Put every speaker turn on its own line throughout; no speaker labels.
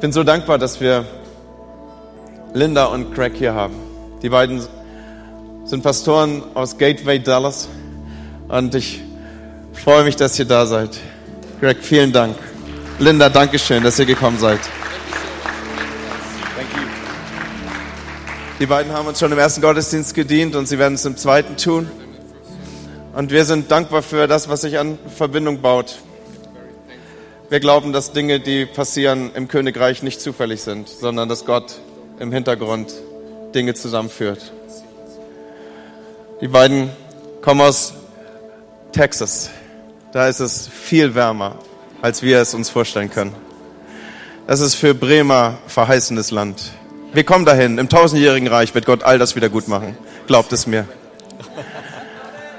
bin so dankbar, dass wir Linda und Craig hier haben. Die beiden sind Pastoren aus Gateway Dallas und ich freue mich, dass ihr da seid. Greg, vielen Dank. Linda, Dankeschön, dass ihr gekommen seid. Die beiden haben uns schon im ersten Gottesdienst gedient und sie werden es im zweiten tun. Und wir sind dankbar für das, was sich an Verbindung baut. Wir glauben, dass Dinge, die passieren im Königreich, nicht zufällig sind, sondern dass Gott im Hintergrund Dinge zusammenführt. Die beiden kommen aus Texas. Da ist es viel wärmer, als wir es uns vorstellen können. Das ist für Bremer verheißendes Land. Wir kommen dahin. Im tausendjährigen Reich wird Gott all das wieder gut machen. Glaubt es mir.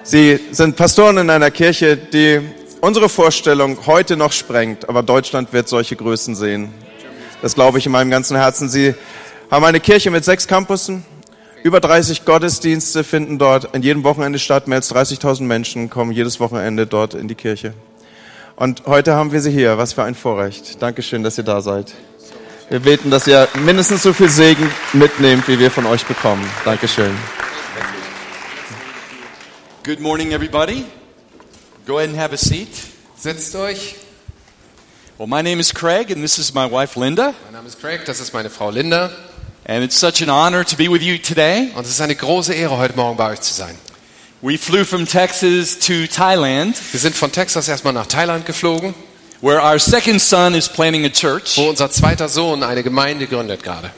Sie sind Pastoren in einer Kirche, die unsere Vorstellung heute noch sprengt, aber Deutschland wird solche Größen sehen. Das glaube ich in meinem ganzen Herzen. Sie haben eine Kirche mit sechs Campussen. Über 30 Gottesdienste finden dort in jedem Wochenende statt. Mehr als 30.000 Menschen kommen jedes Wochenende dort in die Kirche. Und heute haben wir sie hier. Was für ein Vorrecht. Dankeschön, dass ihr da seid. Wir beten, dass ihr mindestens so viel Segen mitnehmt, wie wir von euch bekommen. Dankeschön.
Good morning, everybody. Go ahead and have a seat.
Setzt euch.
Well, my name is Craig, and this is my wife Linda.
Mein Name ist Craig, das ist meine Frau Linda.
And it's such an honor to be with you today.
Und es ist eine große Ehre, heute Morgen bei euch zu sein.
We flew from Texas to Thailand,
Wir sind von Texas erstmal nach Thailand geflogen,
where our second son is planning a church.
wo unser zweiter Sohn eine Gemeinde gründet gerade.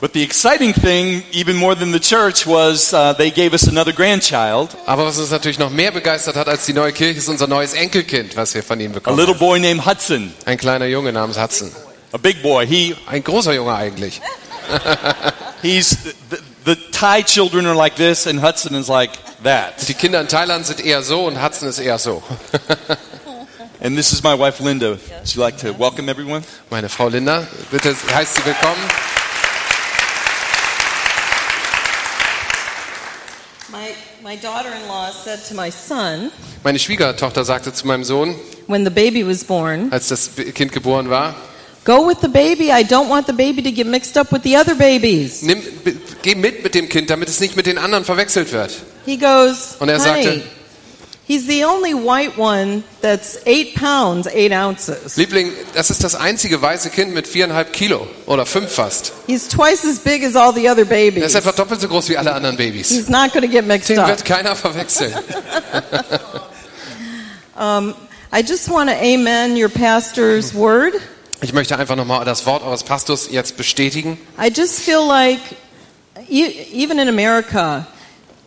But the exciting thing, even more than the church, was uh, they gave us another grandchild,
Aber was uns natürlich noch mehr begeistert hat als die neue Kirche, ist unser neues Enkelkind, was wir von ihm
a
bekommen
little
haben.
boy named Hudson,
Ein kleiner Junge namens Hudson.
a big boy. He
Ein großer Junge eigentlich.
he's the, the Thai children are like this, and Hudson is like that.
Die Kinder in Thailand sind eher so und Hudson ist eher so.
And this is my wife Linda. Would you like to welcome everyone?
Meine Frau Linda, bitte heißt sie willkommen.
My, my daughter in law said to my son
Meine Schwiegertochter sagte zu meinem Sohn,
when the baby was born,
als das Kind geboren war,
Go with the baby. I don't want the baby to get mixed up with the other babies.
Nimm, be- geh mit mit dem Kind, damit es nicht mit den anderen verwechselt wird.
He goes,
Und er
Honey,
sagte-
he's the only white one that's eight pounds, eight ounces.
Liebling, das ist das einzige weiße Kind mit viereinhalb Kilo oder fünf fast.
He's twice as big as all the other
Er
babies.
ist einfach doppelt so groß wie alle anderen Babys.
He's not going to get mixed
Den
up.
wird keiner verwechseln.
Um, I just want to amen your pastor's word.
Ich möchte einfach nochmal das Wort eures Pastors jetzt bestätigen.
I just feel like, e- even in America,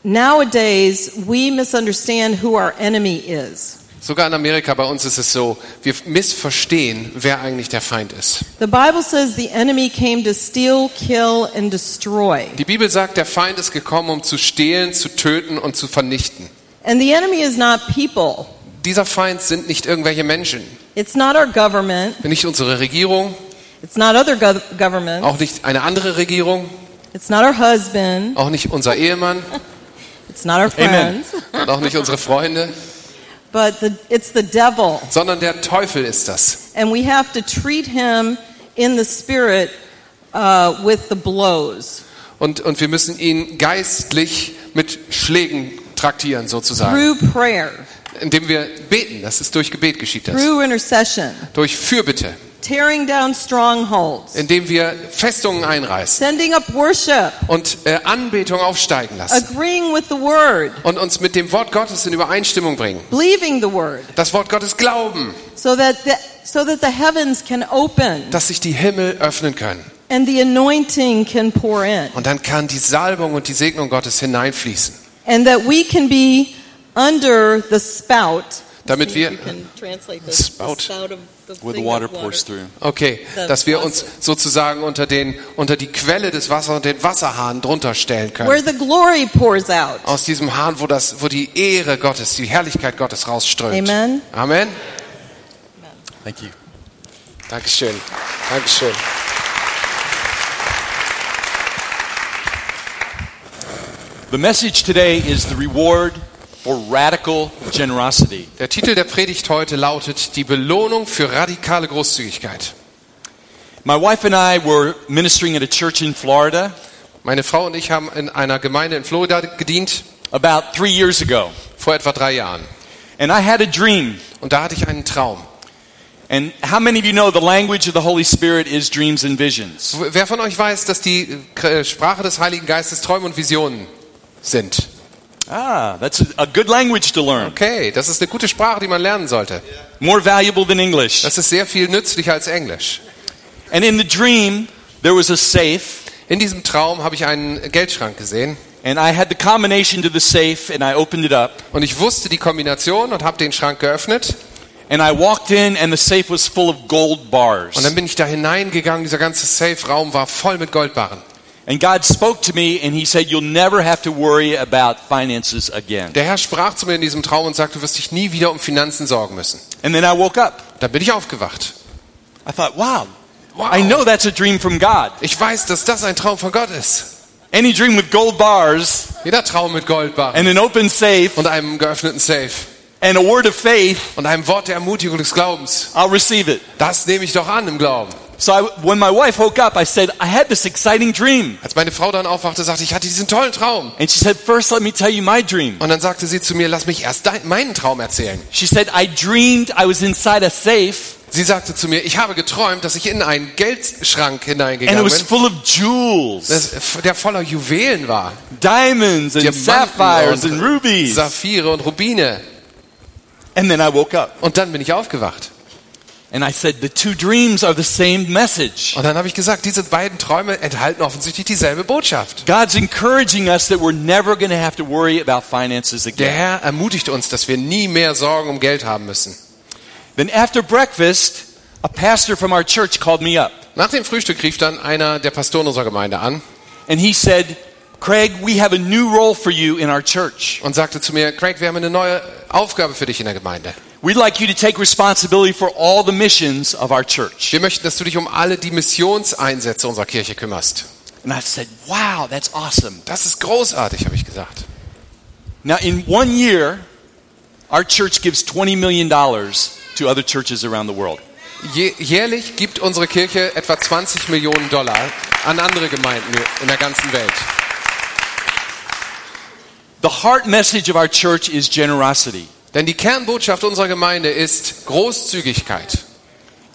nowadays we misunderstand who our enemy is.
Sogar in Amerika bei uns ist es so, wir missverstehen, wer eigentlich der Feind ist.
The Bible says the enemy came to steal, kill, and destroy.
Die Bibel sagt, der Feind ist gekommen, um zu stehlen, zu töten und zu vernichten.
And the enemy is not people,
Dieser Feind sind nicht irgendwelche Menschen,
it's not our government,
nicht unsere Regierung,
it's not other gov- governments,
auch nicht eine andere Regierung,
it's not our husband,
auch nicht unser Ehemann.
it's not our
Amen.
friends,
und auch nicht unsere Freunde,
but the, it's the devil.
sondern der Teufel ist das.
And we have to treat him in the spirit uh, with the blows,
Und, und wir müssen ihn geistlich mit Schlägen traktieren, sozusagen.
through prayer,
Indem wir beten, das ist durch Gebet geschieht das.
through intercession,
Durch Fürbitte,
tearing down strongholds,
indem wir Festungen einreißen
sending up worship,
und äh, Anbetung aufsteigen lassen
agreeing with the word,
und uns mit dem Wort Gottes in Übereinstimmung bringen.
believing the word.
Das Wort Gottes glauben,
so that the, so that the heavens can open
dass sich die Himmel öffnen können.
and the anointing can pour in
Und dann kann die Salbung und die Segnung Gottes hineinfließen.
and that we can be under the spout
Damit
See if
wir,
you can translate the,
Spout.
the spout of the
Where the
thing
water
of water.
pours through.
Okay,
Das
dass wir
Wasser.
uns sozusagen unter, den, unter die Quelle des Wassers und den Wasserhahn drunter stellen
where
können.
the glory pours out
Aus diesem Hahn, wo, das, wo die Ehre Gottes, die Herrlichkeit Gottes rausströmt.
Amen.
Amen.
Thank you.
Dankeschön. Dankeschön.
The message today is the reward for radical generosity.
Der Titel der Predigt heute lautet Die Belohnung für radikale Großzügigkeit.
My wife and I were ministering at a church in Florida
Meine Frau und ich haben in einer Gemeinde in Florida gedient,
about three years ago.
vor etwa drei Jahren.
And I had a dream.
Und da hatte ich einen Traum.
And how many of you know the language of the Holy Spirit is dreams and visions?
Wer von euch weiß, dass die äh, Sprache des Heiligen Geistes Träume und Visionen sind?
Ah, that's a, a good language to learn.
Okay, das ist eine gute Sprache, die man lernen sollte.
More valuable than English.
Das ist sehr viel nützlicher als Englisch.
And in the dream, there was a safe,
In diesem Traum habe ich einen Geldschrank gesehen
and I had the combination to the safe, and I opened it up.
und ich wusste die Kombination und habe den Schrank geöffnet
And I walked in, and the safe was full of gold bars.
und dann bin ich da hineingegangen. Dieser ganze Safe-Raum war voll mit Goldbarren.
And God spoke to me, and He said, You'll never have to worry about finances again.
Der Herr sprach zu mir in diesem Traum und sagte, du wirst dich nie wieder um Finanzen sorgen müssen.
And then I woke up.
Dann bin ich aufgewacht.
I thought, wow,
Wow.
I know that's a dream from God.
Ich weiß, dass das ein Traum von Gott ist.
Any dream with gold bars
Jeder Traum mit Goldbarren
and an open safe
und einem geöffneten Safe
and a word of faith,
und einem Wort der Ermutigung des Glaubens,
I'll receive it.
das nehme ich doch an im Glauben.
So I, when my wife woke up, I said, I had this exciting dream.
Als meine Frau dann aufwachte, sagte ich, ich hatte diesen tollen Traum.
And she said, First, let me tell you my dream.
Und dann sagte sie zu mir, lass mich erst dein, meinen Traum erzählen.
She said, I dreamed I was inside a safe
Sie sagte zu mir, ich habe geträumt, dass ich in einen Geldschrank
and it
hineingegangen
was
bin,
full of jewels,
das, der voller Juwelen war.
diamonds and sapphires and rubies.
Saphire und Rubine.
And then I woke up
Und dann bin ich aufgewacht.
and I said, The two dreams are the same message.
Und dann habe ich gesagt, diese beiden Träume enthalten offensichtlich dieselbe Botschaft.
God's encouraging us that we're never going to have to worry about finances
Der
again.
Herr ermutigt uns, dass wir nie mehr Sorgen um Geld haben müssen.
Then after breakfast, a pastor from our church called me up
Nach dem Frühstück rief dann einer der Pastoren unserer Gemeinde an
and he said, Craig, we have a new role for you in our church.
und sagte zu mir, Craig, wir haben eine neue Aufgabe für dich in der Gemeinde.
We'd like you to take responsibility for all the missions of our church.
Wir möchten, dass du dich um alle die Missionseinsätze unserer Kirche kümmerst.
And I said, Wow, that's awesome.
Das ist großartig, habe ich gesagt.
Now, in one year, our church gives $20 million to other churches around the world.
Je, jährlich gibt unsere Kirche etwa 20 Millionen Dollar an andere Gemeinden in der ganzen Welt.
The heart message of our church is generosity.
Denn die Kernbotschaft unserer Gemeinde ist Großzügigkeit.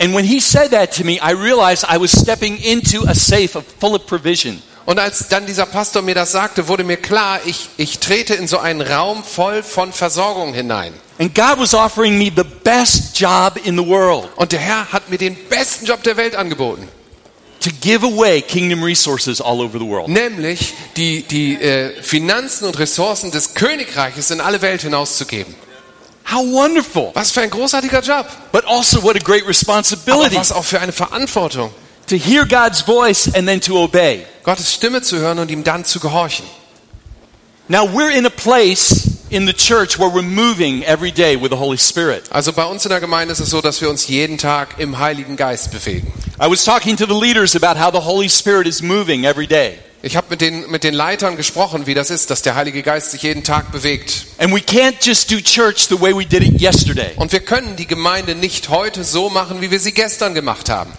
And when he said that to me, I realized I was stepping into a safe of full of provision.
Und als dann dieser Pastor mir das sagte, wurde mir klar, ich, ich trete in so einen Raum voll von Versorgung hinein.
And God was offering me the best job in the world
Und der Herr hat mir den besten Job der Welt angeboten,
to give away kingdom resources all over the world.
nämlich die, die äh, Finanzen und Ressourcen des Königreiches in alle Welt hinauszugeben.
How wonderful!
Was für ein großartiger Job,
But also, what a great
aber
responsibility
was auch für eine Verantwortung,
to hear God's voice and then to obey.
Gottes Stimme zu hören und ihm dann zu gehorchen.
Now, we're in a place in the church where we're moving every day with the Holy Spirit.
Also bei uns in der Gemeinde ist es so, dass wir uns jeden Tag im Heiligen Geist bewegen.
I was talking to the leaders about how the Holy Spirit is moving every day.
Ich habe mit den, mit den Leitern gesprochen, wie das ist, dass der Heilige Geist sich jeden Tag bewegt.
And we can't just do church the way we did it yesterday.
Und wir können die Gemeinde nicht heute so machen, wie wir sie gestern gemacht haben.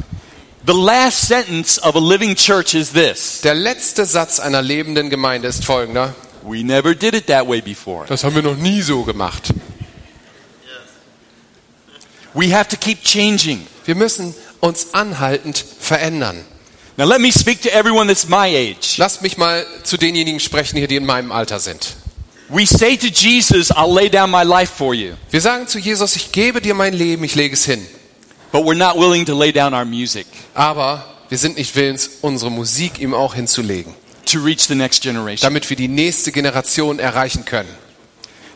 The last sentence of a living church is this
Der letzte Satz einer lebenden Gemeinde ist folgender.
We never did it that way before.
Das haben wir noch nie so gemacht.
We have to keep changing.
Wir müssen uns anhaltend verändern.
Now, let me speak to everyone that's my age.
Lasst mich mal zu denjenigen sprechen hier, die in meinem Alter sind.
We say to Jesus, I'll lay down my life for you,
Wir sagen zu Jesus, ich gebe dir mein Leben, ich lege es hin.
but we're not willing to lay down our music
Aber wir sind nicht willens, unsere Musik ihm auch hinzulegen,
to reach the next generation.
damit wir die nächste Generation erreichen können.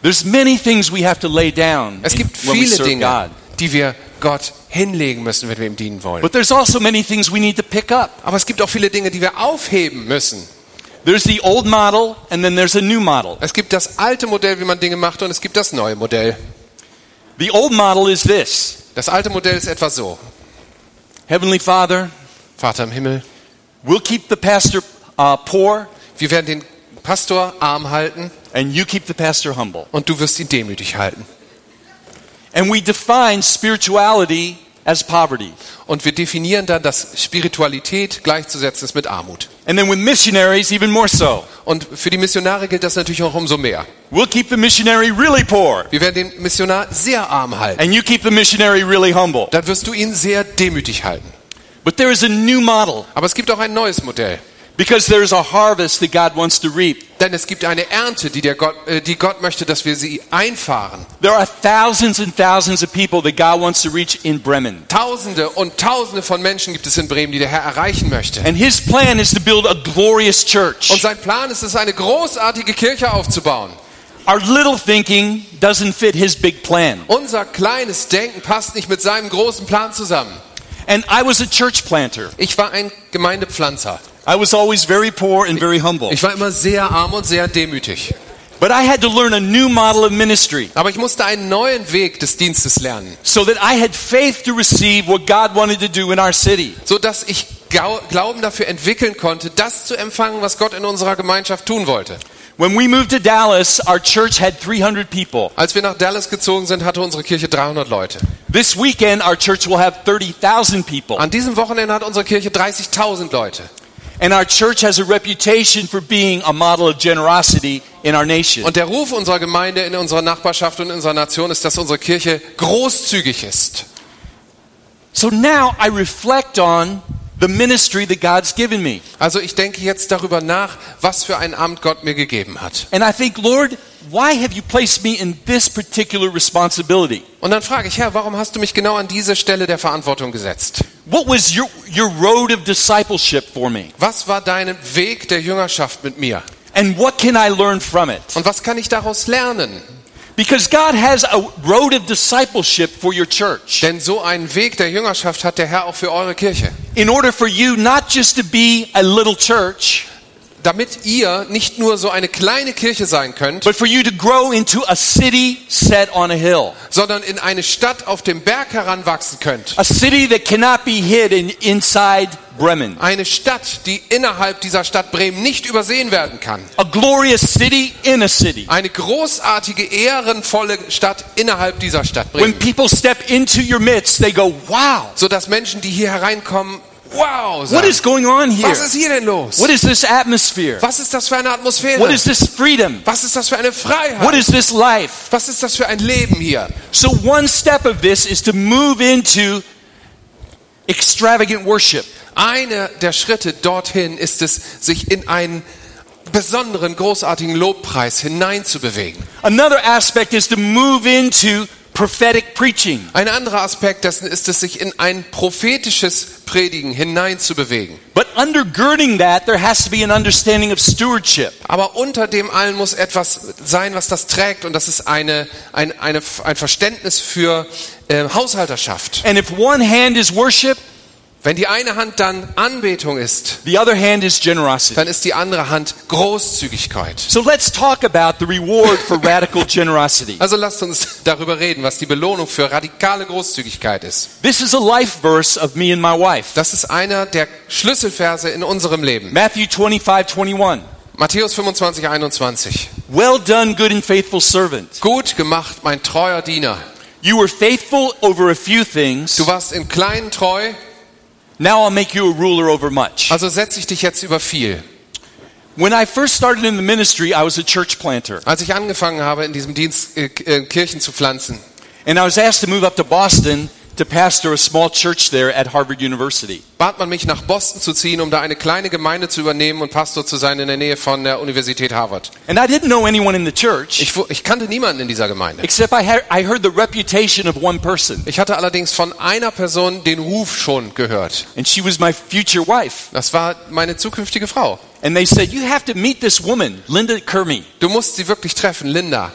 There's many things we have to lay down
Es
in-
gibt
when we
viele
serve
Dinge,
God.
die wir Gott hinlegen müssen, wenn wir ihm dienen wollen.
But there's also many things we need to pick up.
Aber es gibt auch viele Dinge, die wir aufheben müssen.
There's the old model, and then there's a new model.
Es gibt das alte Modell, wie man Dinge macht, und es gibt das neue Modell.
The old model is this
Das alte Modell ist etwa so.
Heavenly Father,
Vater im Himmel,
we'll keep the pastor uh, poor,
wir werden den Pastor arm halten
and you keep the pastor humble.
und du wirst ihn demütig halten.
And we define spirituality as poverty.
Und wir definieren dann, dass Spiritualität gleichzusetzen ist mit Armut.
And then with missionaries, even more so.
Und für die Missionare gilt das natürlich auch umso mehr.
We'll keep the missionary really poor,
Wir werden den Missionar sehr arm halten.
and you keep the missionary really humble.
Dann wirst du ihn sehr demütig halten.
But there is a new model
Aber es gibt auch ein neues Modell.
because there's a harvest that God wants to reap.
Denn es gibt eine Ernte, die, der Gott, äh, die Gott möchte, dass wir sie einfahren.
There are thousands and thousands of people that God wants to reach in Bremen.
Tausende und Tausende von Menschen gibt es in Bremen, die der Herr erreichen möchte.
And his plan is to build a glorious church.
Und sein Plan ist es, eine großartige Kirche aufzubauen.
Our little thinking doesn't fit his big plan.
Unser kleines Denken passt nicht mit seinem großen Plan zusammen.
And I was a church planter.
Ich war ein Gemeindepflanzer.
I was always very poor and very humble.
Ich war immer sehr arm und sehr demütig.
But I had to learn a new model of ministry
Aber ich musste einen neuen Weg des Dienstes lernen,
so that I had faith to receive what God wanted to do in our city.
so dass ich Gau- Glauben dafür entwickeln konnte, das zu empfangen, was Gott in unserer Gemeinschaft tun wollte.
When we moved to Dallas, our church had 300 people.
Als wir nach Dallas gezogen sind, hatte unsere Kirche 300 Leute.
This weekend, our church will have 30,000 people.
An diesem Wochenende hat unsere Kirche 30.000 Leute.
And our church has a reputation for being a model of generosity in our nation.
Und der Ruf unserer Gemeinde in unserer Nachbarschaft und in unserer Nation ist, dass unsere Kirche großzügig ist.
So now I reflect on the ministry that God's given me.
Also ich denke jetzt darüber nach, was für ein Amt Gott mir gegeben hat.
And I think, Lord, why have you placed me in this particular responsibility?
Und dann frage ich, Herr, warum hast du mich genau an diese Stelle der Verantwortung gesetzt?
What was your, your road of discipleship for me?
Was war dein Weg der Jüngerschaft mit mir?
And what can I learn from it?
Und was kann ich daraus lernen?
Because God has a road of discipleship for your church.
Denn so einen Weg der Jüngerschaft hat der Herr auch für eure Kirche.
In order for you not just to be a little church,
Damit ihr nicht nur so eine kleine Kirche sein könnt,
but for you to grow into a city set on a hill.
sondern in eine Stadt auf dem Berg heranwachsen könnt.
A city that cannot be hid in, inside Bremen.
Eine Stadt, die innerhalb dieser Stadt Bremen nicht übersehen werden kann.
A glorious city in a city.
Eine großartige, ehrenvolle Stadt innerhalb dieser Stadt
When
Bremen.
people step into your midst, they go, wow,
Sodass Menschen, die hier hereinkommen, wow,
what
sagen,
is going on here?
was ist hier denn los?
What is this atmosphere?
Was ist das für eine Atmosphäre?
What is this freedom?
Was ist das für eine Freiheit?
What is this life?
Was ist das für ein Leben hier?
So, one step of this is to move into extravagant worship.
Einer der Schritte dorthin ist es, sich in einen besonderen, großartigen Lobpreis hineinzubewegen.
Another aspect is to move into prophetic preaching.
Ein anderer Aspekt dessen ist es, sich in ein prophetisches Predigen hineinzubewegen.
But undergirding that, there has to be an understanding of stewardship.
Aber unter dem allen muss etwas sein, was das trägt. Und das ist eine, ein, eine, ein Verständnis für äh, Haushalterschaft.
And if one hand is worship,
Wenn die eine Hand dann Anbetung ist,
the other hand is generosity.
dann ist die andere Hand Großzügigkeit.
So, let's talk about the reward for radical generosity.
Also lasst uns darüber reden, was die Belohnung für radikale Großzügigkeit ist.
This is a life verse of me and my wife.
Das ist einer der Schlüsselverse in unserem Leben.
Matthew 25, 21.
Matthäus 25, 21.
Well done, good and faithful servant.
Gut gemacht, mein treuer Diener.
You were faithful over a few things.
Du warst im Kleinen treu,
Now I'll make you a ruler over much.
also setze ich dich jetzt über viel.
When I first started in the ministry, I was a church planter.
Als ich angefangen habe, in diesem Dienst äh, äh, Kirchen zu pflanzen,
And I was asked to move up to Boston to pastor a small church there at Harvard University.
bat man mich, nach Boston zu ziehen, um da eine kleine Gemeinde zu übernehmen und Pastor zu sein in der Nähe von der Universität Harvard.
And I didn't know anyone in the church,
Ich, wu- ich kannte niemanden in dieser Gemeinde.
except I, had, I heard the reputation of one person,
Ich hatte allerdings von einer Person den Ruf schon gehört.
and she was my future wife.
Das war meine zukünftige Frau.
And they said, You have to meet this woman, Linda Kermy.
Du musst sie wirklich treffen, Linda.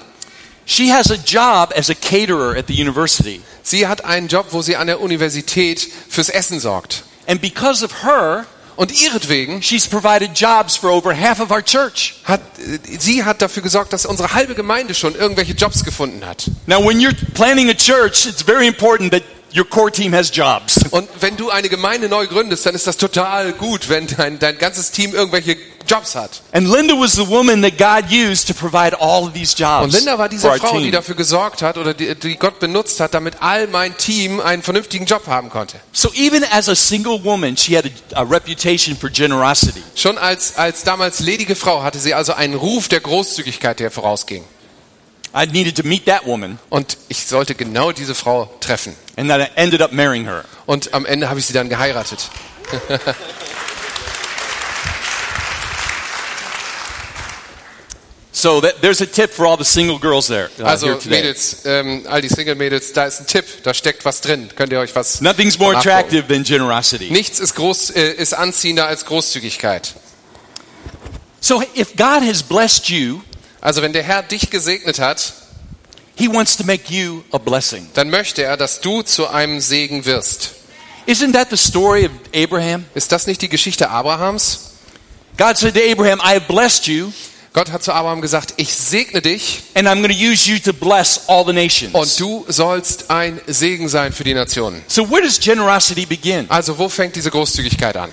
She has a job as a caterer at the university.
Sie hat einen Job, wo sie an der Universität fürs Essen sorgt.
And because of her,
Und ihretwegen
she's provided jobs for over half of our church.
hat äh, sie hat dafür gesorgt, dass unsere halbe Gemeinde schon irgendwelche Jobs gefunden hat.
Now, when you're planning a church, it's very important that Your core team has jobs.
Und wenn du eine Gemeinde neu gründest, dann ist das total gut, wenn dein, dein ganzes Team irgendwelche Jobs hat.
And Linda was the woman that God used to provide all of these jobs.
Und Linda war
for
diese
our
Frau,
team.
die dafür gesorgt hat oder die, die Gott benutzt hat, damit all mein Team einen vernünftigen Job haben konnte.
So even as a single woman, she had a, a reputation for generosity.
Schon als, als damals ledige Frau hatte sie also einen Ruf der Großzügigkeit, der vorausging.
I needed to meet that woman,
Und ich sollte genau diese Frau treffen.
and then I ended up marrying her.
Und am Ende habe ich sie dann geheiratet.
So that, there's a tip for all the single girls there. uh,
Also
here today.
Mädels, ähm, all die Single-Mädels, da ist ein Tipp, da steckt was drin. Könnt ihr euch was
Nothing's more
nachgucken.
attractive than generosity.
Nichts ist, groß, äh, ist anziehender als Großzügigkeit.
So if God has blessed you,
Also wenn der Herr dich gesegnet hat,
He wants to make you a blessing.
dann möchte er, dass du zu einem Segen wirst.
Isn't that the story of Abraham?
Ist das nicht die Geschichte Abrahams?
God said to Abraham, I have blessed you,
Gott hat zu Abraham gesagt, ich segne dich
and I'm going to use you to bless all the nations.
und du sollst ein Segen sein für die Nationen.
So where does generosity begin?
Also wo fängt diese Großzügigkeit an?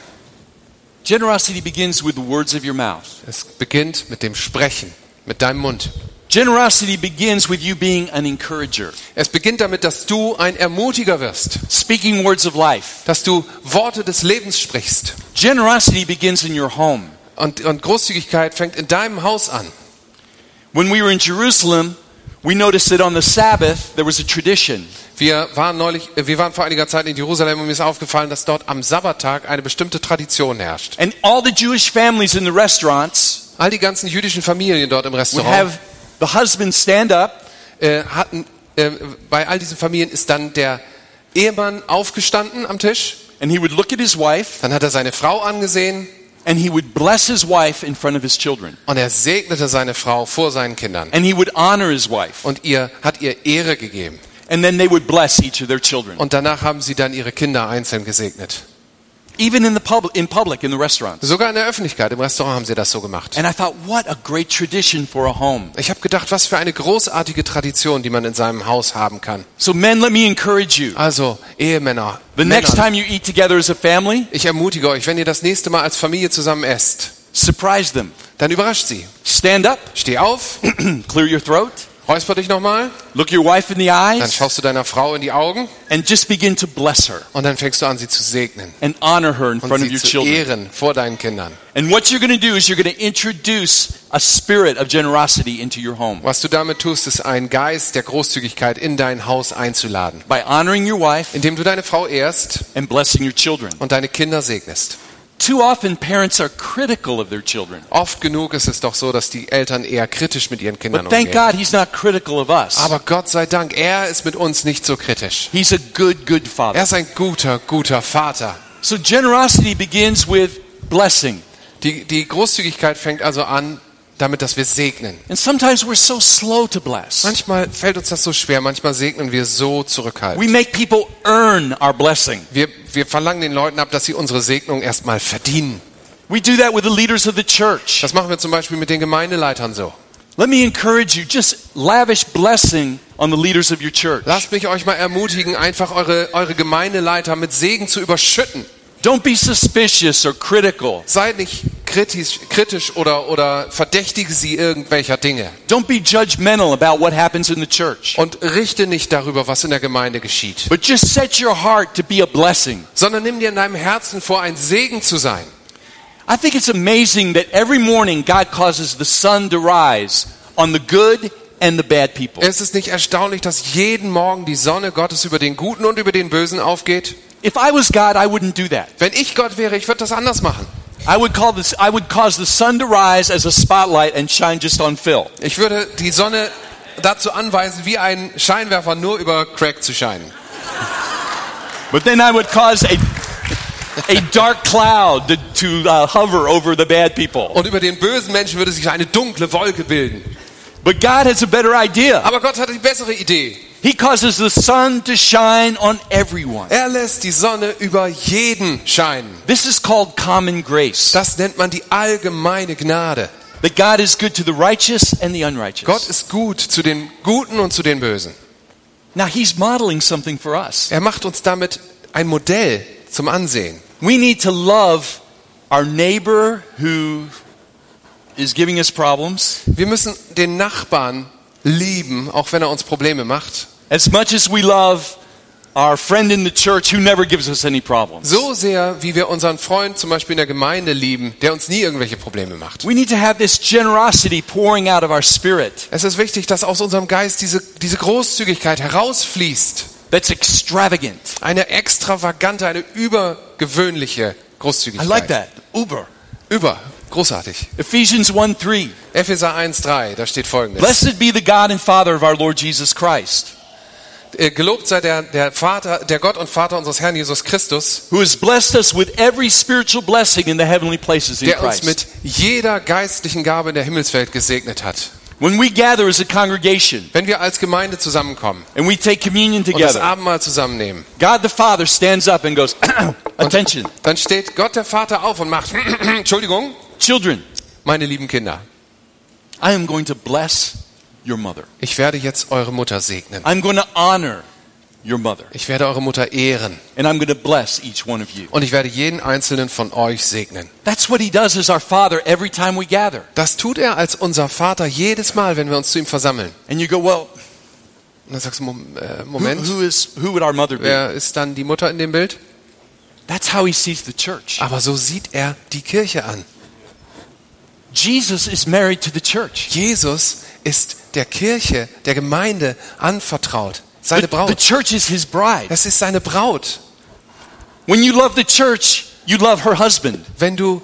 Generosity begins with the words of your mouth.
Es beginnt mit dem Sprechen, mit deinem Mund.
Generosity begins with you being an encourager,
Es beginnt damit, dass du ein Ermutiger wirst,
speaking words of life.
dass du Worte des Lebens sprichst.
Generosity begins in your home.
Und, und Großzügigkeit fängt in deinem Haus an.
When we were in Jerusalem, we noticed that on the Sabbath there was a tradition.
Wir waren neulich, äh, wir waren vor einiger Zeit in Jerusalem und mir ist aufgefallen, dass dort am Sabbattag eine bestimmte Tradition herrscht.
And all the Jewish families in the restaurants
All die ganzen jüdischen Familien dort im
would
Restaurant
have the husband stand up
äh, hatten, äh, bei all diesen Familien ist dann der Ehemann aufgestanden am Tisch,
and he would look at his wife
dann hat er seine Frau angesehen
and he would bless his wife in front of his children.
und er segnete seine Frau vor seinen Kindern
And he would honor his wife.
und ihr hat ihr Ehre gegeben.
And then they would bless each of their children.
Und danach haben sie dann ihre Kinder einzeln gesegnet.
Even in the public in public in the restaurant.
Sogar in der Öffentlichkeit, im Restaurant haben sie das so gemacht.
And I thought, what a great tradition for a home.
Ich habe gedacht, was für eine großartige Tradition, die man in seinem Haus haben kann.
So, men, let me encourage you.
Also, Ehemänner,
The next
Männer,
time you eat together as a family,
ich ermutige euch, wenn ihr das nächste Mal als Familie zusammen esst,
surprise them.
dann überrascht sie.
Stand up,
Steh auf,
clear your throat,
räusper dich nochmal,
look your wife in the
dann
eyes,
schaust du deiner Frau in die Augen
and just begin to bless her
und dann fängst du an, sie zu segnen
and honor her in
und
front of
sie
your
zu
children.
ehren vor deinen Kindern.
And what you're going to do is you're going to introduce a spirit of generosity into your home.
Was du damit tust, ist einen Geist der Großzügigkeit in dein Haus einzuladen,
by honoring your wife
indem du deine Frau ehrst
and blessing your children.
und deine Kinder segnest.
Too often, parents are critical of their children.
Oft genug ist es doch so, dass die Eltern eher kritisch mit ihren Kindern
But thank
umgehen.
God he's not critical of us.
Aber Gott sei Dank, er ist mit uns nicht so kritisch.
He's a good, good
Er
father.
ist ein guter, guter Vater.
So generosity begins with blessing.
Die, die Großzügigkeit fängt also an, damit, dass wir segnen.
And sometimes we're so slow to bless.
Manchmal fällt uns das so schwer, manchmal segnen wir so zurückhaltend.
We make people earn our blessing.
Wir, wir verlangen den Leuten ab, dass sie unsere Segnung erstmal verdienen.
We do that with the leaders of the church.
Das machen wir zum Beispiel mit den Gemeindeleitern so.
Let me encourage you just lavish blessing on the leaders of your church.
Lasst mich euch mal ermutigen, einfach eure, eure Gemeindeleiter mit Segen zu überschütten.
Don't be suspicious or critical.
Seid nicht kritisch, kritisch oder, oder verdächtige sie irgendwelcher Dinge.
Don't be judgmental about what happens in the church.
Und richte nicht darüber, was in der Gemeinde geschieht,
But just set your heart to be a blessing.
sondern nimm dir in deinem Herzen vor, ein Segen zu sein.
I think it's amazing that every morning God causes the sun to rise on the good and the bad people.
Es ist nicht erstaunlich, dass jeden Morgen die Sonne Gottes über den Guten und über den Bösen aufgeht?
If I was God, I wouldn't do that.
Wenn ich Gott wäre, ich würde das anders machen.
I would call this I would cause the sun to rise as a spotlight and shine just on Phil.
Ich würde die Sonne dazu anweisen, wie ein Scheinwerfer nur über Craig zu scheinen.
But then I would cause a a dark cloud to, to uh, hover over the bad people.
Und über den bösen Menschen würde sich eine dunkle Wolke bilden.
But God has a better idea.
Aber Gott hat die bessere Idee.
He causes the sun to shine on everyone.
Er lässt die Sonne über jeden scheinen.
This is called common grace.
Das nennt man die allgemeine Gnade.
That God is good to the righteous and the unrighteous.
Gott ist gut zu den Guten und zu den Bösen.
Now he's modeling something for us.
Er macht uns damit ein Modell zum Ansehen.
We need to love our neighbor who is giving us problems
Wir müssen den Nachbarn lieben, auch wenn er uns Probleme macht.
as much as we love our friend in the church who never gives us any problems.
So sehr, wie wir unseren Freund zum Beispiel in der Gemeinde lieben, der uns nie irgendwelche Probleme macht.
We need to have this generosity pouring out of our spirit
Es ist wichtig, dass aus unserem Geist diese, diese Großzügigkeit herausfließt.
that's extravagant.
Eine extravagante, eine übergewöhnliche
I
Großzügigkeit.
like that. Uber.
Über. Großartig.
Ephesians 1 3.
Epheser 1,3, da steht folgendes.
Blessed be the God and Father of our Lord Jesus Christ,
Äh, Gelobt sei der, der Vater, der Gott und Vater unseres Herrn Jesus Christus,
who has blessed us with every spiritual blessing in the heavenly places in
der uns
Christ.
mit jeder geistlichen Gabe in der Himmelswelt gesegnet hat.
When we gather as a congregation
Wenn wir als Gemeinde zusammenkommen
and we take communion
und das
together,
Abendmahl zusammennehmen,
God the Father stands up and goes, Attention,
dann steht Gott der Vater auf und macht, Entschuldigung,
children,
meine lieben Kinder,
I am going to bless your mother.
ich werde jetzt eure Mutter segnen.
I'm going to honor your mother.
Ich werde eure Mutter ehren
And I'm going to bless each one of you.
und ich werde jeden einzelnen von euch segnen.
That's what he does as our Father every time we gather.
Das tut er als unser Vater jedes Mal, wenn wir uns zu ihm versammeln.
And you go, Well,
Und dann sagst du, Mom-
who,
äh, Moment,
who, is, who would our mother be?
wer ist dann die Mutter in dem Bild?
That's how he sees the church.
Aber so sieht er die Kirche an.
Jesus is married to the church.
Jesus ist der Kirche, der Gemeinde anvertraut.
The,
Seine
the
Braut.
church is his bride.
Das ist seine Braut.
When you love the church, you love her husband.
Wenn du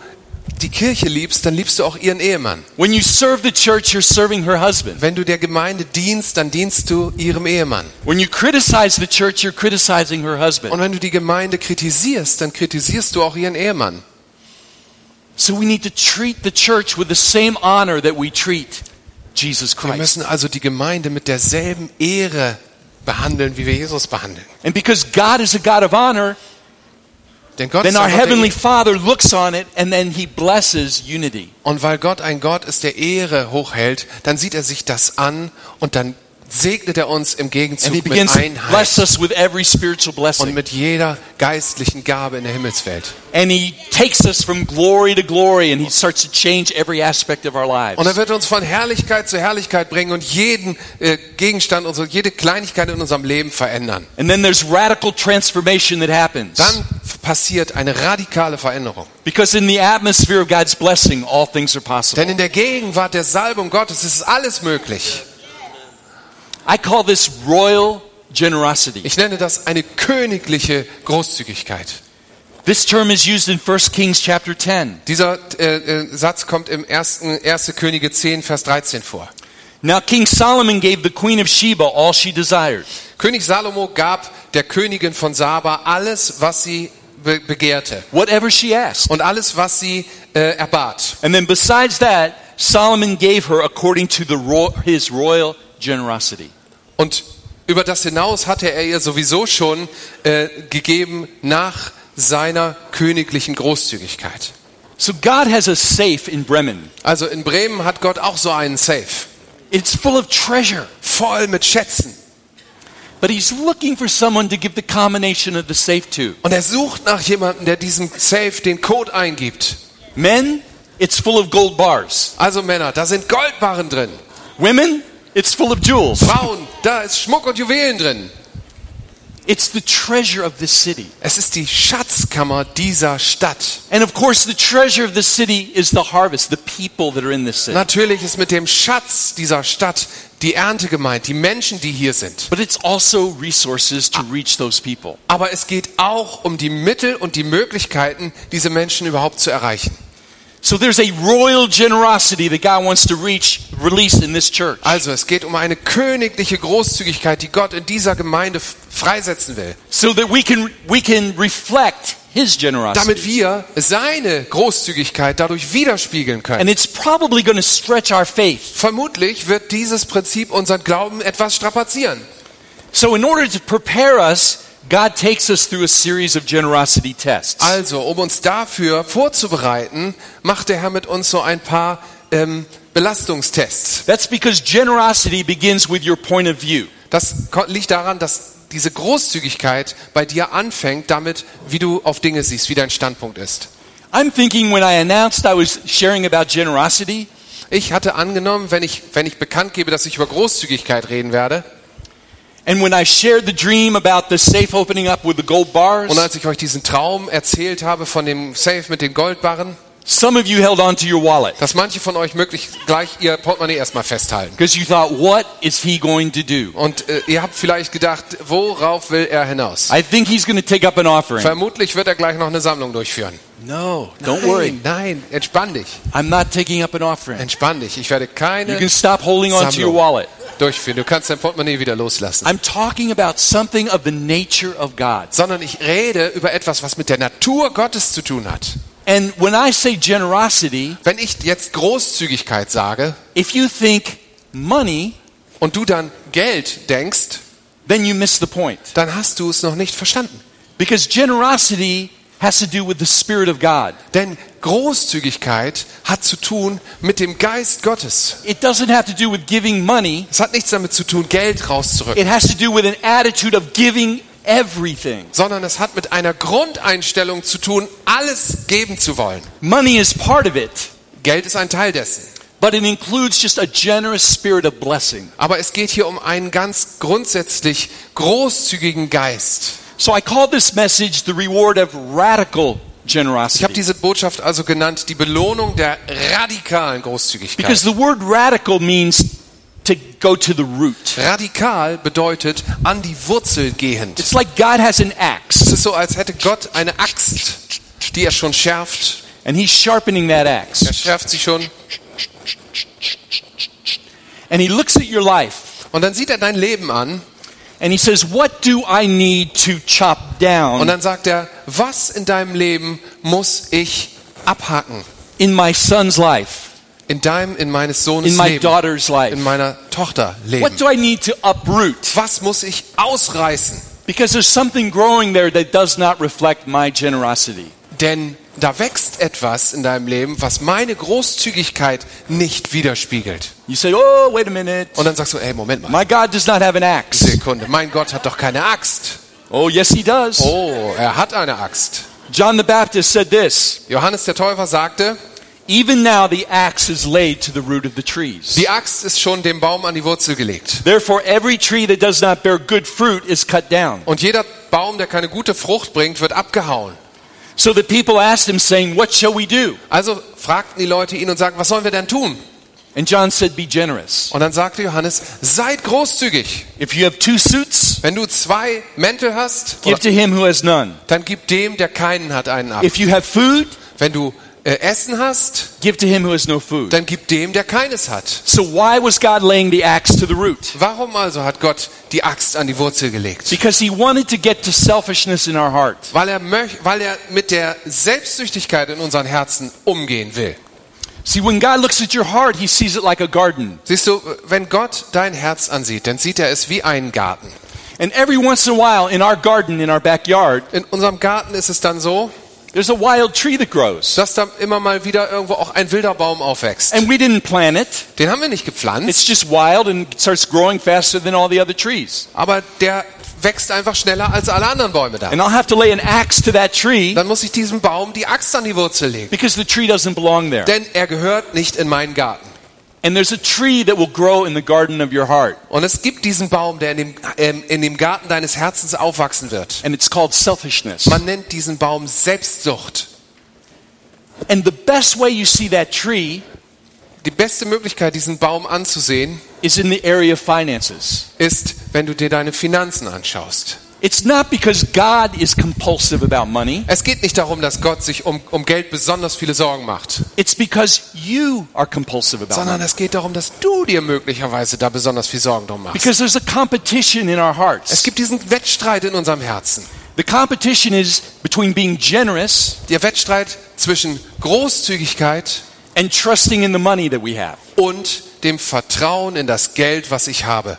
die Kirche liebst, dann liebst du auch ihren Ehemann.
When you serve the church, you're serving her husband.
Wenn du der Gemeinde dienst, dann dienst du ihrem Ehemann.
When you criticize the church, you're criticizing her
Und
husband.
wenn du die Gemeinde kritisierst, dann kritisierst du auch ihren Ehemann.
So we need to treat the church with the same honor that we treat Jesus
Wir
Christ.
müssen also die Gemeinde mit derselben Ehre behandeln, wie wir Jesus behandeln.
And because God is a God of honor,
Denn Gott
then
ist
our
ein Gott der
heavenly Father looks on it and then he blesses unity.
Und weil Gott ein Gott ist, der Ehre hochhält, dann sieht er sich das an und dann segnet er uns im
And he
Gegenzug mit
begins to bless
Einheit
us with every spiritual
und
blessing.
mit jeder geistlichen Gabe in der Himmelswelt.
And he takes us from glory to glory and he starts to change every aspect of our lives.
Und er wird uns von Herrlichkeit zu Herrlichkeit bringen und jeden äh, Gegenstand, und so, jede Kleinigkeit in unserem Leben verändern.
And then there's radical transformation that happens.
Dann f- passiert eine radikale Veränderung.
Because in the atmosphere of God's blessing, all things are possible.
Denn in der Gegenwart der Salbung Gottes ist alles möglich.
I call this royal generosity.
Ich nenne das eine königliche Großzügigkeit.
This term is used in 1 Kings chapter 10.
Dieser äh, äh, Satz kommt im 1. 1. Könige 10, Vers 13 vor.
Now King Solomon gave the queen of Sheba all she desired,
König Salomo gab der Königin von Saba alles, was sie be begehrte
whatever she asked.
und alles, was sie äh, erbat.
And then besides that, Solomon gave her according to the ro- his royal generosity.
Und über das hinaus hatte er ihr sowieso schon äh, gegeben nach seiner königlichen Großzügigkeit.
So God has a safe in Bremen.
Also in Bremen hat Gott auch so einen Safe,
It's full of treasure,
voll mit Schätzen.
but he's looking for someone to give the combination of the safe to.
Und er sucht nach jemandem, der diesem Safe den Code eingibt.
Men, it's full of gold bars.
Also Männer, da sind Goldbarren drin.
Women, it's full of jewels.
Frauen, da ist Schmuck und Juwelen drin.
It's the treasure of the city.
Es ist die Schatzkammer dieser Stadt.
And of course, the treasure of the city is the harvest, the people that are in this city.
Natürlich ist mit dem Schatz dieser Stadt die Ernte gemeint, die Menschen, die hier sind.
But it's also resources to reach those people.
Aber es geht auch um die Mittel und die Möglichkeiten, diese Menschen überhaupt zu erreichen.
So there's a royal generosity that God wants to reach, release in this church.
Also es geht um eine königliche Großzügigkeit, die Gott in dieser Gemeinde f- freisetzen will,
So that we can, we can reflect His generosity.
damit wir seine Großzügigkeit dadurch widerspiegeln können.
And it's probably going to stretch our faith.
Vermutlich wird dieses Prinzip unseren Glauben etwas strapazieren.
So in order to prepare us, God takes us through a series of generosity tests.
Also, um uns dafür vorzubereiten, macht der Herr mit uns so ein paar ähm, Belastungstests.
That's because generosity begins with your point of view.
Das ko- liegt daran, dass diese Großzügigkeit bei dir anfängt damit, wie du auf Dinge siehst, wie dein Standpunkt ist.
I'm thinking when I announced I was sharing about generosity,
Ich hatte angenommen, wenn ich, wenn ich bekannt gebe, dass ich über Großzügigkeit reden werde,
and when I shared the dream about the safe opening up with the gold bars,
und als ich euch diesen Traum erzählt habe von dem Safe mit den Goldbarren,
some of you held on to your wallet
dass manche von euch möglich gleich ihr Portemonnaie erstmal festhalten.
because you thought, what is he going to do?
Und äh, ihr habt vielleicht gedacht, worauf will er hinaus?
I think he's going to take up an offering.
Vermutlich wird er gleich noch eine Sammlung durchführen.
No, don't worry.
Nein, entspann dich.
I'm not taking up an offering.
Entspann dich. Ich werde
You
keine
can stop holding on to your
Sammlung.
wallet.
durchführen. Du kannst dein Portemonnaie wieder loslassen.
I'm talking about something of the nature of God.
Sondern ich rede über etwas, was mit der Natur Gottes zu tun hat.
And when I say generosity,
Wenn ich jetzt Großzügigkeit sage
if you think money,
und du dann Geld denkst,
then you miss the point.
dann hast du es noch nicht verstanden.
Because generosity has to do with the Spirit of God.
Denn Großzügigkeit hat zu tun mit dem Geist Gottes.
It doesn't have to do with giving money,
Es hat nichts damit zu tun, Geld rauszurücken,
it has to do with an attitude of giving everything.
sondern es hat mit einer Grundeinstellung zu tun, alles geben zu wollen.
Money is part of it,
Geld ist ein Teil dessen.
but it includes just a generous spirit of blessing.
Aber es geht hier um einen ganz grundsätzlich großzügigen Geist.
So I call this message the reward of radical
Ich habe
generosity.
diese Botschaft also genannt, die Belohnung der radikalen
Because
Großzügigkeit.
the word radical means to go to the root.
Radikal bedeutet an die Wurzel gehend.
It's like God has an axe.
Es ist so, als hätte Gott eine Axt, die er schon schärft.
And he's sharpening that
Er
axe.
schärft sie schon.
And he looks at your life
Und dann sieht er dein Leben an
and he says, What do I need to chop
und
down
dann sagt er, was in deinem Leben muss ich abhaken?
in my son's life,
In deinem, in meines Sohnes
in my
Leben,
daughter's
in
life?
meiner Tochter
What
Leben.
do I need to uproot?
Was muss ich ausreißen?
Because there's something growing there that does not reflect my generosity.
Denn da wächst etwas in deinem Leben, was meine Großzügigkeit nicht widerspiegelt.
You say, Oh, wait a minute.
Und dann sagst du, ey, Moment mal.
My God does not have an axe.
Sekunde, mein Gott hat doch keine Axt.
Oh, yes, he does.
Oh, er hat eine Axt.
John the Baptist said this
Johannes der Täufer sagte,
Even now the axe is laid to the root of the trees.
die Axt ist schon dem Baum an die Wurzel gelegt.
Therefore, every tree that does not bear good fruit is cut down.
Und jeder Baum, der keine gute Frucht bringt, wird abgehauen.
So the people asked him, saying, What shall we do?
Also fragten die Leute ihn und sagten, was sollen wir denn tun?
And John said, Be generous.
Und dann sagte Johannes, seid großzügig.
If you have two suits,
Wenn du zwei Mäntel hast,
give to him who has none.
dann gib dem, der keinen hat, einen ab.
If you have food,
Wenn du äh, Essen hast,
give to him who has no food.
dann gib dem, der keines hat.
So why was God laying the axe to the root?
Warum also hat Gott die Axt an die Wurzel gelegt?
Because he wanted to get to selfishness in our heart.
Weil er, möch, weil er mit der Selbstsüchtigkeit in unseren Herzen umgehen will.
See, when God looks at your heart, he sees it like a garden.
Siehst du, wenn Gott dein Herz ansieht, dann sieht er es wie einen Garten.
And every once in a while, in our garden, in our backyard,
In unserem Garten ist es dann so,
there's a wild tree that grows.
dass da immer mal wieder irgendwo auch ein wilder Baum aufwächst.
And we didn't plant it.
Den haben wir nicht
It's
gepflanzt,
just wild and it starts growing faster than all the other trees.
aber der wächst einfach schneller als alle anderen Bäume da.
And I'll have to lay an axe to that tree
Dann muss ich diesem Baum die Axt an die Wurzel legen,
because the tree doesn't belong there.
denn er gehört nicht in meinen Garten.
And there's a tree that will grow in the garden of your heart,
Und es gibt diesen Baum, der in dem, ähm, in dem Garten deines Herzens aufwachsen wird.
and it's called selfishness.
Man nennt diesen Baum Selbstsucht.
And the best way you see that tree
Die beste Möglichkeit, diesen Baum anzusehen,
is in the area of finances.
ist, wenn du dir deine Finanzen anschaust.
It's not because God is compulsive about money,
Es geht nicht darum, dass Gott sich um, um Geld besonders viele Sorgen macht,
it's because you are compulsive about
sondern
money.
es geht darum, dass du dir möglicherweise da besonders viel Sorgen drum machst.
Because there's a competition in our
Es
hearts.
gibt diesen Wettstreit in unserem Herzen.
The competition is between being generous
Der Wettstreit zwischen Großzügigkeit
and trusting in the money that we have.
und dem Vertrauen in das Geld, was ich habe.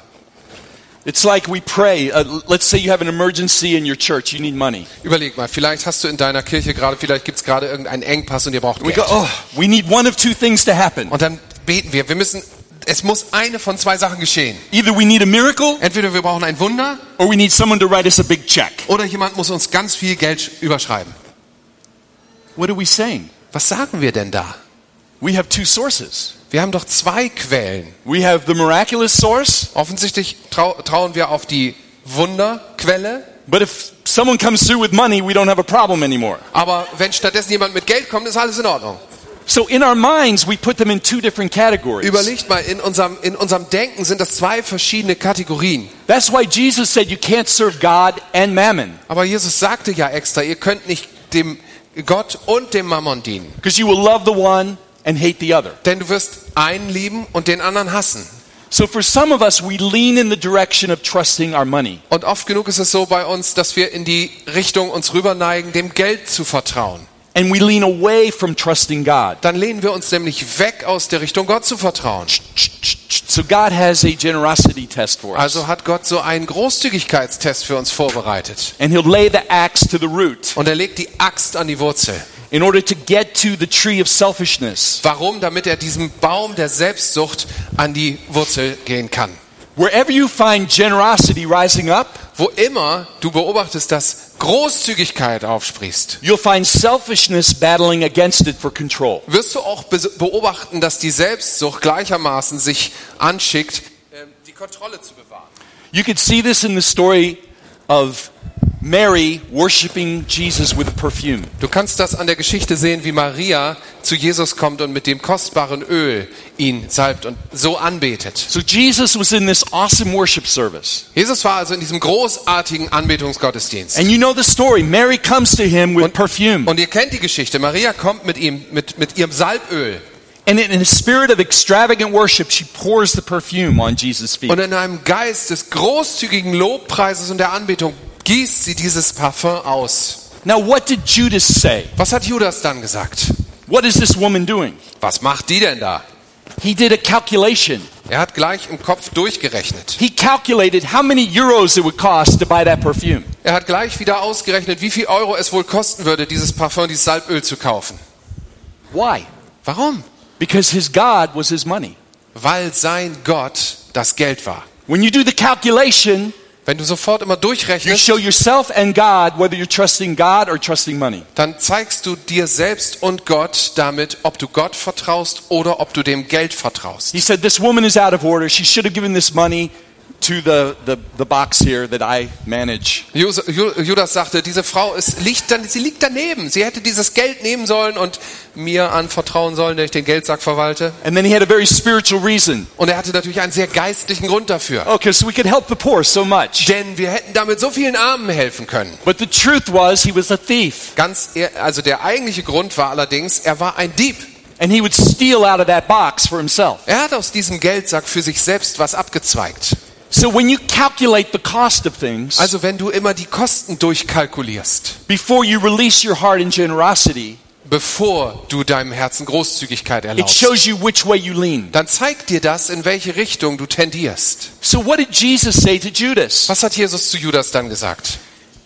It's like we pray. Uh, l- let's say you have an emergency in your church, you need money.
Überleg mal, vielleicht hast du in deiner Kirche gerade, vielleicht gibt's gerade irgendeinen Engpass und ihr braucht
We go,
Geld.
oh, we need one of two things to happen.
Und dann beten wir. Wir müssen, es muss eine von zwei Sachen geschehen.
Either we need a miracle
Entweder wir brauchen ein Wunder
or we need someone to write us a big check.
oder jemand muss uns ganz viel Geld überschreiben.
What are we saying?
Was sagen wir denn da?
We have two sources.
Wir haben doch zwei Quellen.
We have the miraculous source,
Offensichtlich trau trauen wir auf die Wunderquelle.
but if someone comes through with money, we don't have a problem anymore.
Aber wenn stattdessen jemand mit Geld kommt, ist alles in Ordnung.
So in our minds, we put them in two different categories.
Überlegt mal, in unserem, in unserem Denken sind das zwei verschiedene Kategorien.
That's why Jesus said you can't serve God and mammon,
Aber Jesus sagte ja extra, ihr könnt nicht dem Gott und dem Mammon dienen.
because you will love the one and hate the other.
Denn du wirst einen lieben und den anderen hassen.
So for some of us, we lean in the direction of trusting our money.
Und oft genug ist es so bei uns, dass wir in die Richtung uns rüberneigen, dem Geld zu vertrauen.
and we lean away from trusting God.
Dann lehnen wir uns nämlich weg aus der Richtung, Gott zu vertrauen.
So God has a generosity test for us.
Also hat Gott so einen Großzügigkeitstest für uns vorbereitet.
And he'll lay the axe to the root
Und er legt die Axt an die Wurzel.
in order to get to the tree of selfishness.
Warum? Damit er diesem Baum der Selbstsucht an die Wurzel gehen kann.
Wherever you find generosity rising up,
Wo immer du beobachtest, dass Großzügigkeit aufsprießt,
you'll find selfishness battling against it for control.
wirst du auch be- beobachten, dass die Selbstsucht gleichermaßen sich anschickt, ähm, die Kontrolle zu bewahren.
You can see this in the story of Mary worshiping Jesus with perfume.
Du kannst das an der Geschichte sehen, wie Maria zu Jesus kommt und mit dem kostbaren Öl ihn salbt und so anbetet.
So Jesus was in this awesome worship service.
Jesus war also in diesem großartigen Anbetungsgottesdienst.
And you know the story. Mary comes to him with perfume.
Und ihr kennt die Geschichte. Maria kommt mit ihm, mit, mit ihrem Salböl.
And in a spirit of extravagant worship, she pours the perfume on Jesus' feet.
Und in einem Geist des großzügigen Lobpreises und der Anbetung gießt sie dieses Parfum aus.
Now, what did Judas say?
Was hat Judas dann gesagt?
What is this woman doing?
Was macht die denn da?
He did a calculation.
Er hat gleich im Kopf durchgerechnet.
He calculated how many euros it would cost to buy that perfume.
Er hat gleich wieder ausgerechnet, wie viel Euro es wohl kosten würde, dieses Parfum, dieses Salböl zu kaufen.
Why?
Warum?
Because his God was his money.
Weil sein Gott das Geld war.
When you do the calculation,
Wenn du sofort immer
you
durchrechnest,
show yourself and God whether you're trusting God or trusting money.
dann zeigst du dir selbst und Gott damit, ob du Gott vertraust oder ob du dem Geld vertraust.
He said, This woman is out of order. She should have given this money to the, the, the box here that I manage.
Jus- Ju- Judas sagte, diese Frau ist, liegt, dann, sie liegt daneben. Sie hätte dieses Geld nehmen sollen und mir anvertrauen sollen, der ich den Geldsack verwalte.
And then he had a very spiritual reason.
Und er hatte natürlich einen sehr geistlichen Grund dafür.
Okay, so we could help the poor so much.
Denn wir hätten damit so vielen Armen helfen können.
But the truth was, he was a thief,
Ganz, ehr- also der eigentliche Grund war allerdings, er war ein Dieb.
and he would steal out of that box for himself.
Er hat aus diesem Geldsack für sich selbst was abgezweigt.
So when you calculate the cost of things,
Also wenn du immer die Kosten durchkalkulierst,
before you release your heart in generosity,
bevor du deinem Herzen Großzügigkeit
it
erlaubst,
shows you which way you lean.
dann zeigt dir das, in welche Richtung du tendierst.
So what did Jesus say to Judas?
Was hat Jesus zu Judas dann gesagt?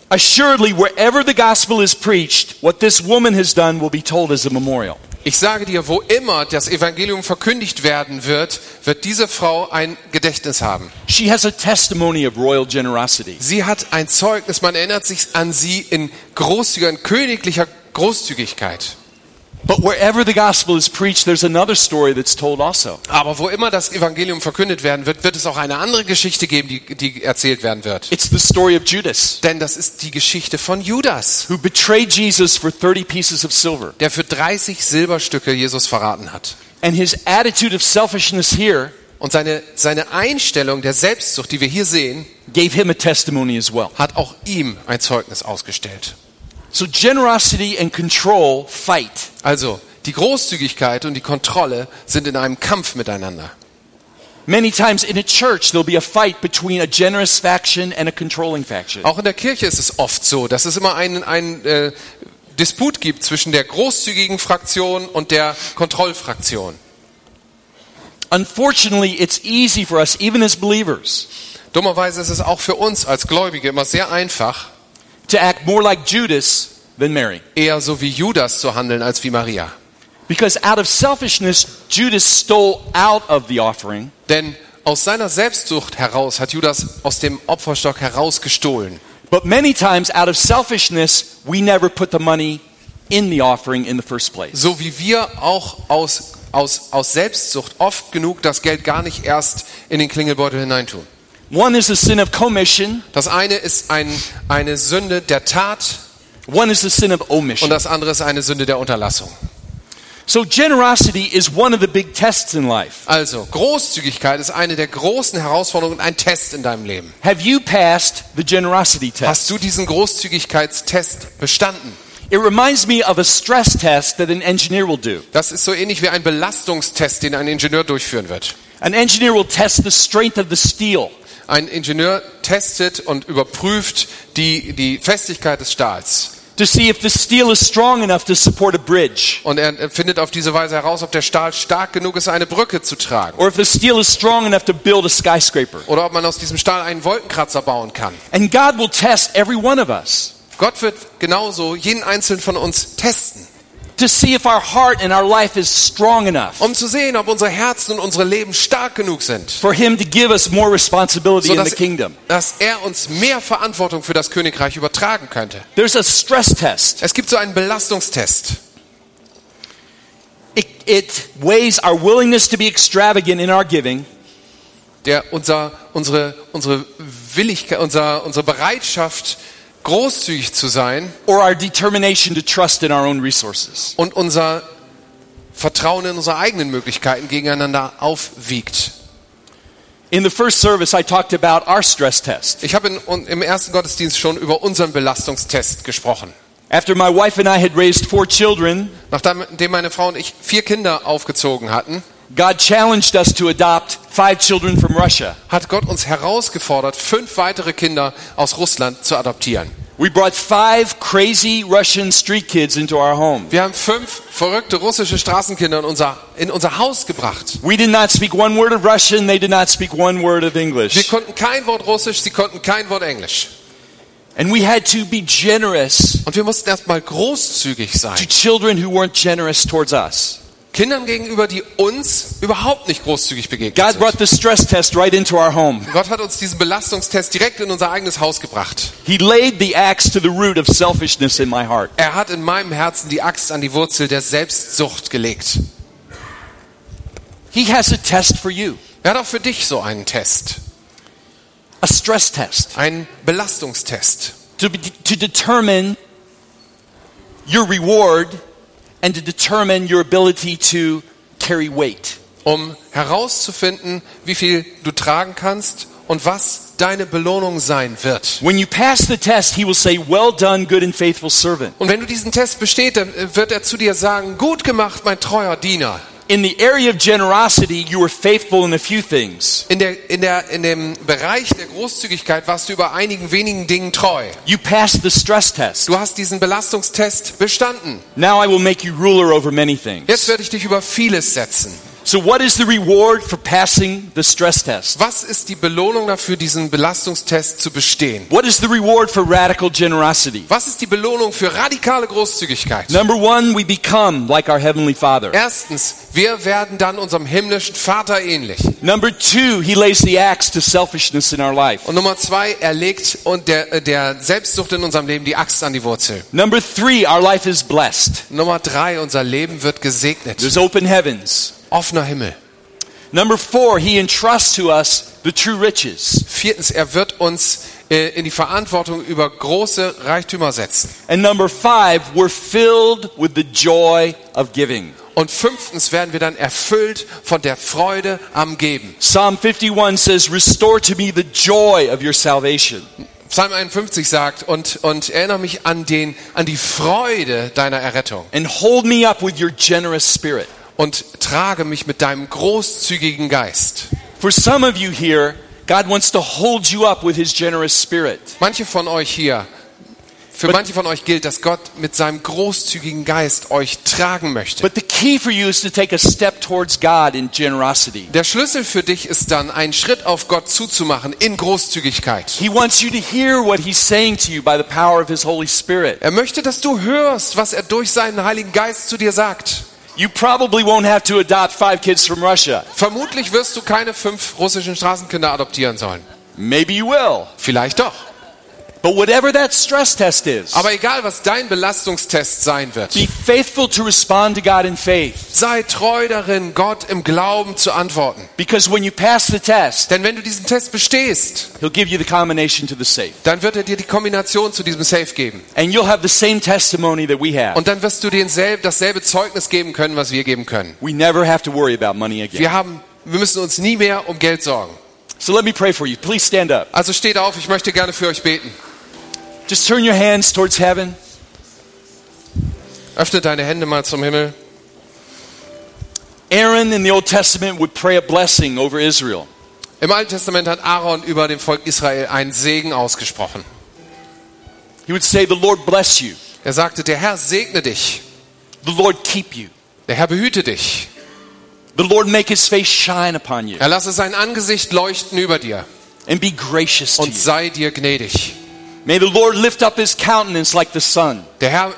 Assuredly, wherever the gospel is preached, what this woman has done will be told as a memorial.
Ich sage dir, wo immer das Evangelium verkündigt werden wird, wird diese Frau ein Gedächtnis haben.
She has a testimony of royal generosity.
Sie hat ein Zeugnis, man erinnert sich an sie in großzügiger, in königlicher Großzügigkeit.
But wherever the gospel is preached, there's another story that's told also.
Aber wo immer das Evangelium verkündet werden wird, wird es auch eine andere Geschichte geben, die, die erzählt werden wird.
It's the story of Judas,
Denn das ist die Geschichte von Judas,
who betrayed Jesus for 30 pieces of silver.
der für 30 Silberstücke Jesus verraten hat.
And his attitude of selfishness here
Und seine, seine Einstellung der Selbstsucht, die wir hier sehen,
gave him a testimony as well.
hat auch ihm ein Zeugnis ausgestellt.
So generosity and control fight.
Also, die Großzügigkeit und die Kontrolle sind in einem Kampf miteinander.
Many times in a church, there'll be a fight between a generous faction and a controlling faction.
Auch in der Kirche ist es oft so, dass es immer einen, einen äh, Disput gibt zwischen der großzügigen Fraktion und der Kontrollfraktion.
Unfortunately, it's easy for us, even as believers,
Dummerweise ist es auch für uns als Gläubige immer sehr einfach,
to act more like Judas than Mary.
eher so wie Judas zu handeln als wie Maria.
Because out of selfishness, Judas stole out of the offering,
Denn aus seiner Selbstsucht heraus hat Judas aus dem Opferstock herausgestohlen.
but many times out of selfishness, we never put the money in the offering in the first place.
So wie wir auch aus, aus, aus Selbstsucht oft genug das Geld gar nicht erst in den Klingelbeutel hineintun.
One is the sin of commission,
Das eine ist ein, eine Sünde der Tat
one is the sin of
und
omission.
das andere ist eine Sünde der Unterlassung.
So generosity is one of the big tests in life.
Also, Großzügigkeit ist eine der großen Herausforderungen und ein Test in deinem Leben.
Have you passed the generosity
Hast
test?
du diesen Großzügigkeitstest bestanden?
It reminds me of a stress test that an engineer will do.
Das ist so ähnlich wie ein Belastungstest, den ein Ingenieur durchführen wird.
An engineer will test the strength of the steel.
Ein Ingenieur testet und überprüft die, die Festigkeit des Stahls.
to see if the steel is strong enough to support a bridge,
Und er findet auf diese Weise heraus, ob der Stahl stark genug ist, eine Brücke zu tragen.
or if the steel is strong enough to build a skyscraper.
Oder ob man aus diesem Stahl einen Wolkenkratzer bauen kann.
And God will test every one of us
Gott wird genauso jeden einzelnen von uns testen,
to see if our heart and our life is strong enough
um zu sehen, ob unsere Herzen und unsere Leben stark genug sind,
for Him to give us more responsibility in the
sodass
kingdom.
dass er uns mehr Verantwortung für das Königreich übertragen könnte.
There's a stress test.
Es gibt so einen Belastungstest.
It, it weighs our willingness to be extravagant in our giving
der unser, unsere, unsere Willigkeit, unser, unsere Bereitschaft, großzügig zu sein
or our determination to trust in our own resources.
und unser Vertrauen in unsere eigenen Möglichkeiten gegeneinander aufwiegt.
In the first service, I talked about our stress test.
Ich habe in, im ersten Gottesdienst schon über unseren Belastungstest gesprochen.
After my wife and I had raised four children,
Nachdem meine Frau und ich vier Kinder aufgezogen hatten,
God challenged us to adopt five children from Russia.
hat Gott uns herausgefordert, fünf weitere Kinder aus Russland zu adoptieren.
We brought five crazy Russian street kids into our home.
Wir haben fünf verrückte russische Straßenkinder in unser, in unser Haus gebracht.
We did not speak one word of Russian, they did not speak one word of
Wir
English.
konnten kein Wort Russisch, sie konnten kein Wort Englisch.
And we had to be generous
Und wir mussten erstmal großzügig
to
sein.
children who weren't generous towards us.
Kindern gegenüber, die uns überhaupt nicht großzügig begegnet
God brought
sind.
the stress test right into our home.
Gott hat uns diesen Belastungstest direkt in unser eigenes Haus gebracht.
He laid the axe to the root of selfishness in my heart.
Er hat in meinem Herzen die Axt an die Wurzel der Selbstsucht gelegt.
He has a test for you
Er hat auch für dich so einen Test,
a stress test
einen Belastungstest,
to, be, to determine your reward and to determine your ability to carry weight.
um herauszufinden, wie viel du tragen kannst und was deine Belohnung sein wird.
When you pass the test, he will say, Well done, good and faithful servant.
Und wenn du diesen Test besteht, dann äh, wird er zu dir sagen, gut gemacht, mein treuer Diener.
In the area of generosity, you were faithful in a few things.
In, der, in, der, in dem Bereich der Großzügigkeit warst du über einigen wenigen Dingen treu.
You passed the stress test.
Du hast diesen Belastungstest bestanden.
Now I will make you ruler over many things.
Jetzt werde ich dich über vieles setzen.
So, what is the reward for passing the stress test?
Was ist die Belohnung dafür, diesen Belastungstest zu bestehen?
What is the reward for radical generosity?
Was ist die Belohnung für radikale Großzügigkeit?
Number one, we become like our Heavenly Father.
Erstens, wir werden dann unserem himmlischen Vater ähnlich.
Number two, He lays the axe to selfishness in our life.
Und Nummer zwei, er legt und der, äh, der Selbstsucht in unserem Leben die Axt an die Wurzel.
Number three, our life is blessed.
Nummer drei, unser Leben wird gesegnet.
There's open heavens.
Offener Himmel.
Number four, He entrusts to us the true riches.
Viertens, er wird uns äh, in die Verantwortung über große Reichtümer setzen.
And number five, we're filled with the joy of giving.
Und fünftens werden wir dann erfüllt von der Freude am Geben.
Psalm 51 says, Restore to me the joy of your salvation.
Psalm 51 sagt, und, und erinnere mich an, den, an die Freude deiner Errettung
And hold me up with your generous spirit.
und trage mich mit deinem großzügigen Geist.
For some of you here, God wants to hold you up with his generous spirit.
Manche von euch hier, Für manche von euch gilt, dass Gott mit seinem großzügigen Geist euch tragen möchte.
But the key for you is to take a step towards God in generosity.
Der Schlüssel für dich ist dann, einen Schritt auf Gott zuzumachen in Großzügigkeit.
He wants you to hear what He's saying to you by the power of His Holy Spirit.
Er möchte, dass du hörst, was er durch seinen Heiligen Geist zu dir sagt.
You probably won't have to adopt five kids from Russia.
Vermutlich wirst du keine fünf russischen Straßenkinder adoptieren sollen.
Maybe you will.
Vielleicht doch.
But whatever that stress test is,
Aber egal, was dein Belastungstest sein wird,
be faithful to respond to God in faith.
sei treu darin, Gott im Glauben zu antworten.
Because when you pass the test,
Denn wenn du diesen Test bestehst,
He'll give you the combination to the safe.
dann wird er dir die Kombination zu diesem Safe geben.
And you'll have the same testimony that we have.
Und dann wirst du denselb, dasselbe Zeugnis geben können, was wir geben können.
We never have to worry about money again.
Wir, haben, wir müssen uns nie mehr um Geld sorgen.
So let me pray for you. Please stand up.
Also steht auf, ich möchte gerne für euch beten.
Just turn your hands towards heaven.
Öffne deine Hände mal zum Himmel.
Aaron in the Old Testament would pray a blessing over Israel.
Im Alten Testament hat Aaron über dem Volk Israel einen Segen ausgesprochen.
He would say, The Lord bless you,
Er sagte, der Herr segne dich,
the Lord keep you,
der Herr behüte dich,
the Lord make his face shine upon you,
er lasse sein Angesicht leuchten über dir
and be gracious to
und
you.
sei dir gnädig.
May the Lord lift up his countenance like the sun
Der Herr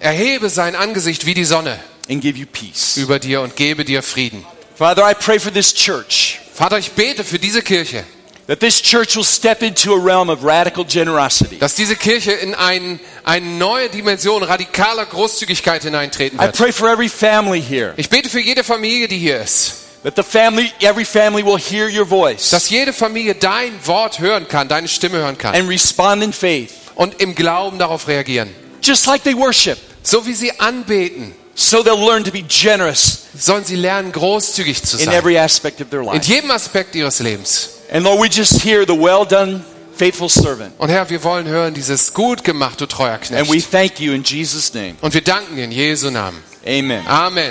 erhebe sein Angesicht wie die Sonne
and give you peace.
über dir und gebe dir Frieden.
Father, I pray for this church,
Vater, ich bete für diese Kirche,
that this church will step into a realm of radical generosity.
dass diese Kirche in ein, eine neue Dimension radikaler Großzügigkeit hineintreten
I
wird.
pray for every family here,
Ich bete für jede Familie, die hier ist,
that the family, every family will hear your voice
dass jede Familie dein Wort hören kann, deine Stimme hören kann
and respond in faith,
und im Glauben darauf reagieren.
just like they worship.
So wie sie anbeten,
So they'll learn to be generous
sollen sie lernen, großzügig zu
in
sein.
every aspect of their
In
life.
jedem Aspekt ihres Lebens.
And Lord, we just hear the well done, faithful servant.
Und Herr, wir wollen hören dieses gut gemacht, du treuer
And we
Knecht.
thank you in Jesus' name.
Und wir danken dir in Jesu Namen.
Amen.
Amen.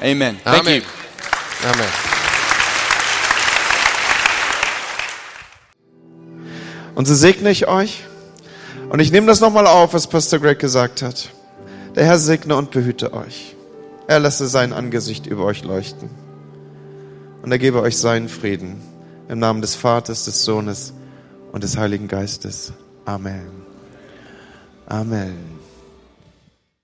Amen. Thank
Amen.
you.
Amen.
Und so segne ich euch. Und ich nehme das nochmal auf, was Pastor Greg gesagt hat. Der Herr segne und behüte euch. Er lasse sein Angesicht über euch leuchten. Und er gebe euch seinen Frieden. Im Namen des Vaters, des Sohnes und des Heiligen Geistes. Amen. Amen.